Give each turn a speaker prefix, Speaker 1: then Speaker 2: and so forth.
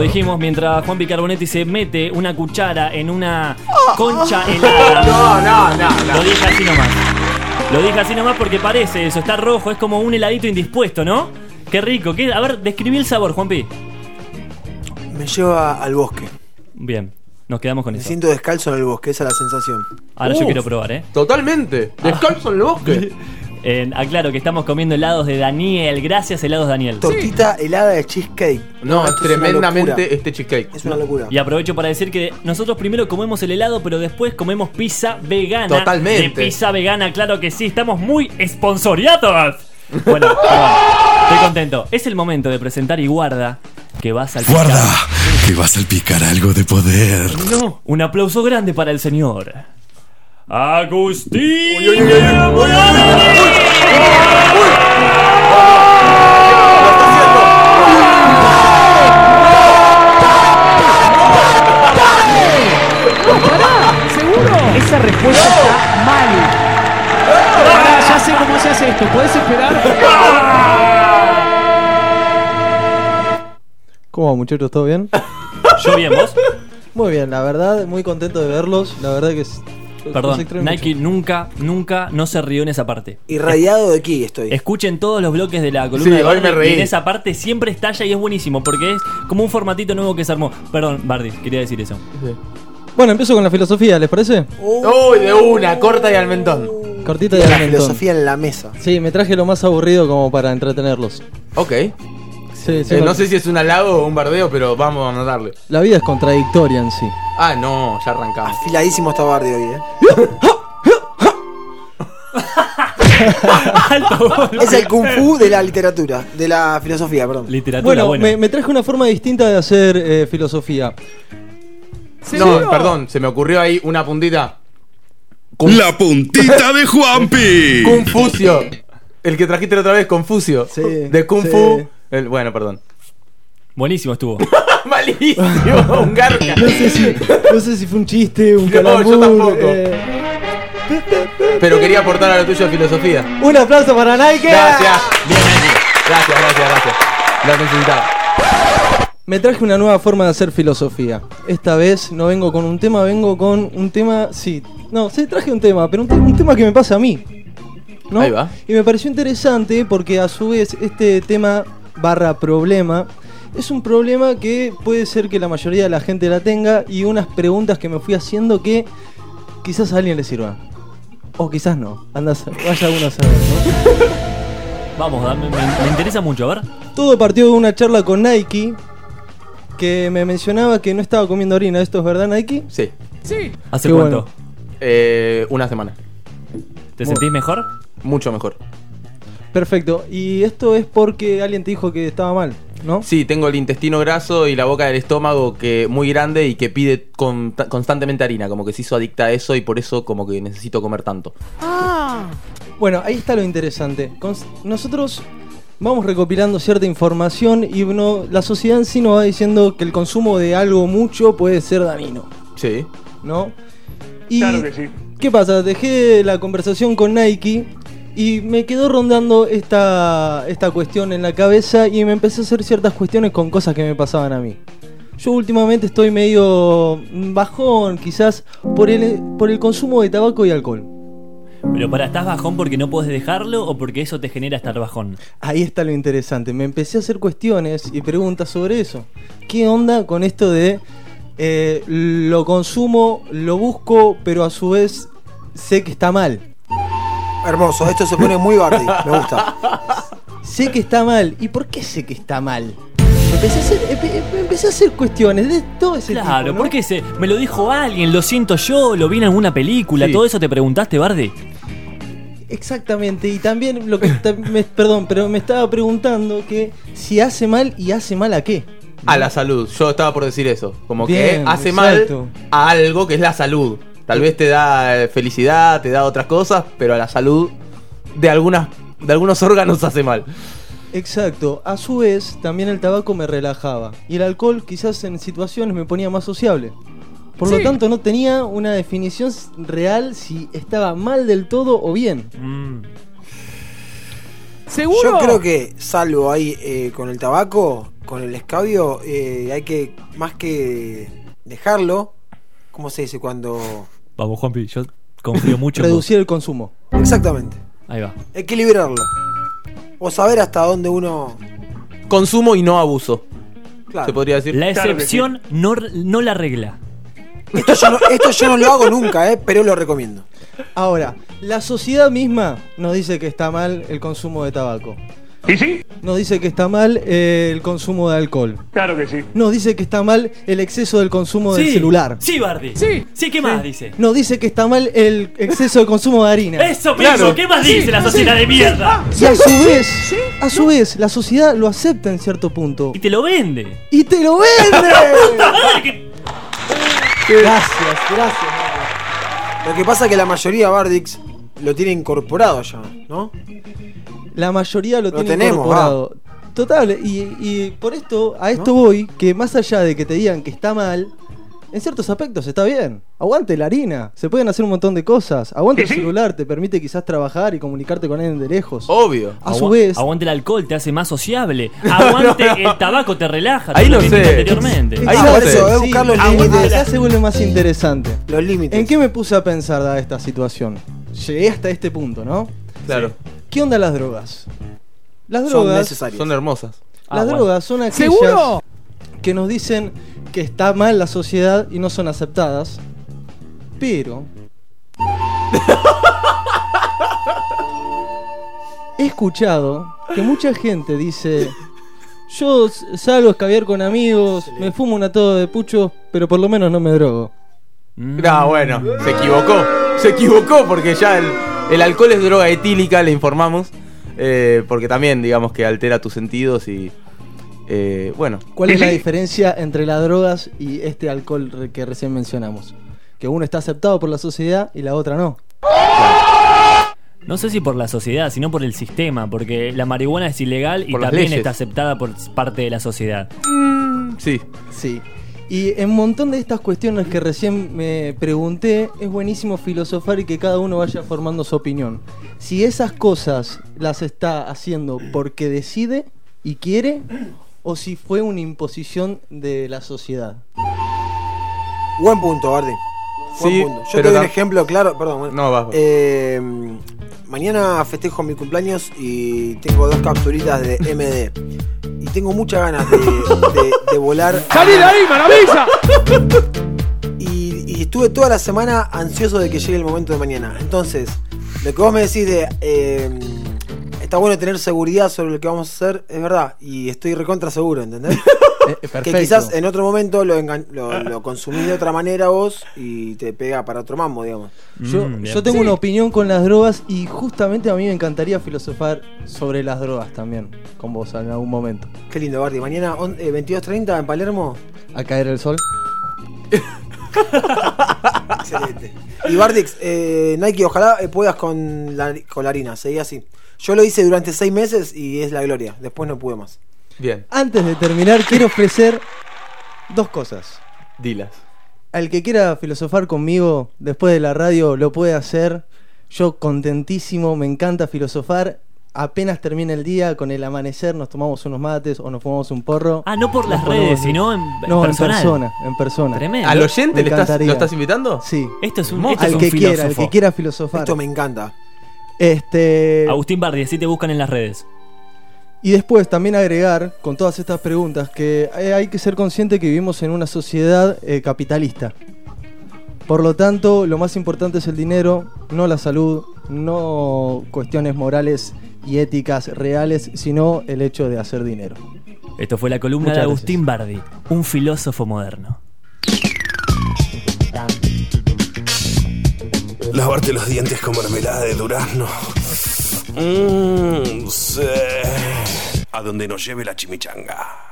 Speaker 1: dijimos, mientras Juan Picarbonetti se mete una cuchara en una concha helada.
Speaker 2: No, no, no, no.
Speaker 1: Lo dije así nomás. Lo dije así nomás porque parece eso, está rojo, es como un heladito indispuesto, ¿no? Qué rico. qué- A ver, describí el sabor, Juanpi.
Speaker 3: Me lleva al bosque.
Speaker 1: Bien, nos quedamos con
Speaker 3: Me
Speaker 1: eso.
Speaker 3: siento descalzo en el bosque, esa es la sensación.
Speaker 1: Ahora yo
Speaker 2: Uf.
Speaker 1: quiero probar, ¿eh?
Speaker 2: Totalmente. Descalzo en el bosque.
Speaker 1: Eh, Aclaro que estamos comiendo helados de Daniel. Gracias, helados Daniel.
Speaker 3: Tortita helada de cheesecake.
Speaker 2: No, es
Speaker 3: Esto
Speaker 2: tremendamente
Speaker 3: Es
Speaker 2: este cheesecake.
Speaker 3: una locura. Es una locura.
Speaker 1: Y aprovecho para decir que nosotros primero comemos el helado, pero después comemos pizza vegana.
Speaker 2: Totalmente.
Speaker 1: De pizza vegana, claro que sí, estamos muy esponsoriados. Bueno, perdón, estoy contento. Es el momento de presentar y guarda que vas al
Speaker 4: Guarda, que va a salpicar algo de poder.
Speaker 1: No. Un aplauso grande para el señor. Agustín.
Speaker 5: ¿Seguro? Esa respuesta está mal. Pará, ya sé cómo se hace esto. ¿Puedes esperar?
Speaker 6: ¿Cómo va, muchachos? ¿Todo bien?
Speaker 1: Yo bien, vos.
Speaker 6: Muy bien, la verdad, muy contento de verlos. La verdad que es. los
Speaker 1: Perdón,
Speaker 6: extraño
Speaker 1: Nike
Speaker 6: mucho.
Speaker 1: nunca, nunca no se rió en esa parte.
Speaker 3: Y radiado de aquí estoy.
Speaker 1: Escuchen todos los bloques de la columna
Speaker 2: Sí,
Speaker 1: de
Speaker 2: hoy me
Speaker 1: Bardi,
Speaker 2: reí.
Speaker 1: y en esa parte siempre estalla y es buenísimo porque es como un formatito nuevo que se armó. Perdón, Bardi, quería decir eso.
Speaker 6: Bueno, empiezo con la filosofía, ¿les parece?
Speaker 2: Uy, de una, corta y al mentón.
Speaker 6: Cortita y
Speaker 3: La
Speaker 6: al mentón.
Speaker 3: filosofía en la mesa.
Speaker 6: Sí, me traje lo más aburrido como para entretenerlos.
Speaker 2: Ok.
Speaker 6: Sí, sí,
Speaker 2: Eh, no
Speaker 6: bueno,
Speaker 2: sé si es un halago o un bardeo, pero vamos a anotarle.
Speaker 6: La vida es contradictoria en sí.
Speaker 2: Ah, no, ya arrancamos.
Speaker 3: Afiladísimo está Bardi hoy, eh. Es el kung fu de la literatura, de la filosofía, perdón.
Speaker 1: Literatura
Speaker 6: Bueno,
Speaker 1: buena.
Speaker 6: Me, me traje una forma distinta de hacer eh, filosofía.
Speaker 2: No, perdón, se me ocurrió ahí una puntita. Con-
Speaker 4: La puntita de Juanpi.
Speaker 2: Confucio. El que trajiste la otra vez, Confucio.
Speaker 6: Sí,
Speaker 2: de Kung
Speaker 6: sí.
Speaker 2: Fu. El- bueno, perdón.
Speaker 1: Buenísimo estuvo.
Speaker 2: Malísimo, un garca.
Speaker 6: No sé si, no sé si fue un chiste, un
Speaker 2: No, yo
Speaker 6: calambur.
Speaker 2: tampoco.
Speaker 6: eh,
Speaker 2: Pero quería aportar a la tuya filosofía.
Speaker 6: Un aplauso para Nike.
Speaker 2: Gracias. Bien, Nike. Gracias, gracias, gracias. Lo necesitaba.
Speaker 6: Me traje una nueva forma de hacer filosofía. Esta vez no vengo con un tema, vengo con un tema. Sí, no, sí, traje un tema, pero un, te- un tema que me pasa a mí. ¿no?
Speaker 2: Ahí va.
Speaker 6: Y me pareció interesante porque, a su vez, este tema barra problema es un problema que puede ser que la mayoría de la gente la tenga y unas preguntas que me fui haciendo que quizás a alguien le sirva. O quizás no. Anda, a sa- vaya uno a saber, ¿no?
Speaker 1: Vamos, dame- me, me interesa mucho, a ver.
Speaker 6: Todo partió de una charla con Nike que me mencionaba que no estaba comiendo orina. ¿Esto es verdad, Nike?
Speaker 2: Sí.
Speaker 1: ¿Hace
Speaker 6: Qué
Speaker 1: cuánto?
Speaker 2: Eh, una semana.
Speaker 1: ¿Te sentís mejor?
Speaker 2: Mucho mejor.
Speaker 6: Perfecto. Y esto es porque alguien te dijo que estaba mal, ¿no?
Speaker 2: Sí, tengo el intestino graso y la boca del estómago que muy grande y que pide con- constantemente harina, como que se hizo adicta a eso y por eso como que necesito comer tanto.
Speaker 6: Bueno, ahí está lo interesante. Cons- Nosotros vamos recopilando cierta información y uno- la sociedad en sí nos va diciendo que el consumo de algo mucho puede ser dañino,
Speaker 2: Sí.
Speaker 6: ¿no? Y ¿Qué pasa? Dejé la conversación con Nike y me quedó rondando esta, esta cuestión en la cabeza y me empecé a hacer ciertas cuestiones con cosas que me pasaban a mí. Yo últimamente estoy medio bajón, quizás, por el, por el consumo de tabaco y alcohol.
Speaker 1: Pero para, ¿estás bajón porque no puedes dejarlo o porque eso te genera estar bajón?
Speaker 6: Ahí está lo interesante. Me empecé a hacer cuestiones y preguntas sobre eso. ¿Qué onda con esto de eh, lo consumo, lo busco, pero a su vez sé que está mal?
Speaker 3: Hermoso, esto se pone muy Bardi, me gusta.
Speaker 6: Sé que está mal. ¿Y por qué sé que está mal? Empecé a hacer, empe- empe- empecé a hacer cuestiones de todo ese
Speaker 1: Claro,
Speaker 6: tipo, ¿no?
Speaker 1: porque se, me lo dijo alguien, lo siento yo, lo vi en alguna película,
Speaker 2: Sí.
Speaker 1: todo eso te preguntaste, Bardi.
Speaker 6: Exactamente. Y también lo que... ta- me- perdón, pero me estaba preguntando que si hace mal y hace mal a qué.
Speaker 2: A la salud. Yo estaba por decir eso. Como
Speaker 6: Bien,
Speaker 2: que hace
Speaker 6: exacto.
Speaker 2: mal a algo que es la salud. Tal vez te da eh, felicidad, te da otras cosas, pero a la salud de algunas de algunos órganos hace mal.
Speaker 6: Exacto. A su vez, también el tabaco me relajaba. Y el alcohol quizás en situaciones me ponía más sociable. Por lo tanto, no tenía una definición s- real si estaba mal del todo o bien.
Speaker 1: Mm.
Speaker 5: ¿Seguro?
Speaker 3: Yo creo que, salvo ahí eh, con el tabaco, con el escabio eh, hay que, más que dejarlo, ¿cómo se dice? Cuando...
Speaker 1: Vamos, Juanpi, yo confío mucho en vos.
Speaker 6: Reducir el consumo.
Speaker 3: Exactamente.
Speaker 1: Ahí va.
Speaker 3: Equilibrarlo. O saber hasta dónde uno...
Speaker 2: Consumo y no abuso.
Speaker 3: Claro.
Speaker 2: Se podría decir.
Speaker 1: La
Speaker 7: Claro que
Speaker 1: excepción no, no la regla.
Speaker 3: Esto, yo no, esto yo no lo hago nunca, eh, pero lo recomiendo.
Speaker 6: Ahora, la sociedad misma nos dice que está mal el consumo de tabaco.
Speaker 7: ¿Y sí?
Speaker 6: Nos dice que está mal eh, el consumo de alcohol.
Speaker 7: Claro que sí.
Speaker 6: Nos dice que está mal el exceso del consumo del celular.
Speaker 1: Sí, Bardi.
Speaker 5: Sí.
Speaker 1: Sí, ¿qué más dice?
Speaker 6: Nos dice que está mal el exceso de consumo de harina.
Speaker 1: Eso mismo, ¿qué más dice la sociedad de mierda?
Speaker 6: Y a su vez, a su vez, la sociedad lo acepta en cierto punto.
Speaker 1: Y te lo vende.
Speaker 6: ¡Y te lo vende!
Speaker 1: ¡Ah, qué-
Speaker 6: gracias, gracias.
Speaker 3: Lo que pasa es que la mayoría Bardix lo tiene incorporado ya, ¿no?
Speaker 6: La mayoría lo,
Speaker 3: Lo
Speaker 6: tiene
Speaker 3: tenemos,
Speaker 6: incorporado. Total, y, y por esto, a esto
Speaker 3: ¿No?
Speaker 6: voy, que más allá de que te digan que está mal, en ciertos aspectos está bien. Aguante la harina, se pueden hacer un montón de cosas. Aguante
Speaker 7: Sí,
Speaker 6: el
Speaker 7: sí.
Speaker 6: celular, te permite quizás trabajar y comunicarte con él de lejos.
Speaker 2: Obvio.
Speaker 6: a su
Speaker 1: Agua-
Speaker 6: vez,
Speaker 1: Aguante el alcohol, te hace más sociable. Aguante el tabaco, te relaja.
Speaker 2: Ahí
Speaker 1: todo
Speaker 2: no
Speaker 1: que dije
Speaker 2: sé.
Speaker 1: anteriormente.
Speaker 2: Ahí
Speaker 6: Exacto,
Speaker 2: no sé.
Speaker 3: Voy a buscar los
Speaker 6: Aguante,
Speaker 3: límites.
Speaker 6: acá se vuelve más interesante.
Speaker 3: Los límites.
Speaker 6: ¿En qué me puse a pensar de esta situación? Llegué hasta este punto, ¿no?
Speaker 2: Claro.
Speaker 6: ¿Qué onda las drogas? Las
Speaker 3: son
Speaker 6: drogas, las
Speaker 3: necesarios?
Speaker 2: Son hermosas.
Speaker 1: Ah, bueno.
Speaker 6: drogas son aquellas
Speaker 5: ¿Seguro?
Speaker 6: que nos dicen que está mal la sociedad y no son aceptadas, pero... He escuchado que mucha gente dice, yo s- salgo a escabiar con amigos, me fumo una todo de puchos, pero por lo menos no me drogo.
Speaker 1: Mm.
Speaker 2: No, bueno, se equivocó. Se equivocó porque ya el, el alcohol es droga etílica, le informamos. eh, porque también, digamos, que altera tus sentidos y. eh, bueno,
Speaker 6: ¿Cuál
Speaker 7: Sí,
Speaker 6: es la
Speaker 7: sí.
Speaker 6: diferencia entre las drogas y este alcohol re- que recién mencionamos? Que uno está aceptado por la sociedad y la otra no.
Speaker 1: No sé si por la sociedad, sino por el sistema, porque la marihuana es ilegal y
Speaker 2: Por las
Speaker 1: también
Speaker 2: leyes.
Speaker 1: está aceptada por parte de la sociedad.
Speaker 2: sí.
Speaker 6: Sí. Y en un montón de estas cuestiones que recién me pregunté, es buenísimo filosofar y que cada uno vaya formando su opinión. Si esas cosas las está haciendo porque decide y quiere, o si fue una imposición de la sociedad.
Speaker 3: Buen punto, Bardi. Buen
Speaker 2: Sí,
Speaker 3: punto. Yo
Speaker 2: pero
Speaker 3: te doy un
Speaker 2: tam-
Speaker 3: ejemplo claro, perdón. bueno.
Speaker 2: No, vas, vas.
Speaker 3: Eh, mañana festejo mi cumpleaños y tengo dos capturitas de MD. Y tengo muchas ganas de, de- de volar.
Speaker 5: ¡Salí de ahí, maravilla!
Speaker 3: Y, y estuve toda la semana ansioso de que llegue el momento de mañana. Entonces, lo que vos me decís de. eh, está bueno tener seguridad sobre lo que vamos a hacer, es verdad. Y estoy recontra seguro, ¿entendés?
Speaker 6: Eh, perfecto.
Speaker 3: Que quizás en otro momento lo, engan- lo, lo consumís de otra manera vos y te pega para otro mambo, digamos.
Speaker 6: Yo,
Speaker 1: Mm, bien.
Speaker 6: yo tengo una opinión con las drogas y justamente a mí me encantaría filosofar sobre las drogas también, con vos en algún momento.
Speaker 3: Qué lindo, Bardi. Mañana on- eh, 22.30 en Palermo.
Speaker 6: A caer el sol.
Speaker 3: Excelente. Y Bardix, eh, Nike, ojalá eh, puedas con la, con la harina, seguí así. Yo lo hice durante seis meses y es la gloria. Después no pude más.
Speaker 2: Bien,
Speaker 6: Antes de terminar, quiero ofrecer dos cosas.
Speaker 2: dilas.
Speaker 6: Al que quiera filosofar conmigo después de la radio, lo puede hacer. Yo contentísimo, me encanta filosofar. Apenas termina el día, con el amanecer nos tomamos unos mates o nos fumamos un porro.
Speaker 1: Ah, no por las
Speaker 6: Nos ponemos-
Speaker 1: redes, sino en, en
Speaker 6: No, en
Speaker 1: personal.
Speaker 6: persona, en persona.
Speaker 1: Tremendo.
Speaker 2: ¿Al oyente
Speaker 6: Me
Speaker 2: le estás,
Speaker 6: encantaría.
Speaker 2: lo estás invitando?
Speaker 6: Sí.
Speaker 1: Esto es un,
Speaker 2: Al
Speaker 1: esto es
Speaker 6: al
Speaker 1: un
Speaker 6: que quiera, al
Speaker 1: filósofo.
Speaker 6: que quiera filosofar.
Speaker 3: Esto me encanta.
Speaker 6: Este
Speaker 1: Agustín Bardi, así te buscan en las redes.
Speaker 6: y después también agregar con todas estas preguntas que hay- hay que ser consciente que vivimos en una sociedad eh, capitalista. Por lo tanto, lo más importante es el dinero, no la salud, no cuestiones morales y éticas reales, sino el hecho de hacer dinero.
Speaker 1: Esto fue la columna
Speaker 6: Muchas
Speaker 1: de Agustín Bardi, un filósofo moderno.
Speaker 8: Lavarte los dientes con mermelada de durazno. Mmm, sí. A donde nos lleve la chimichanga.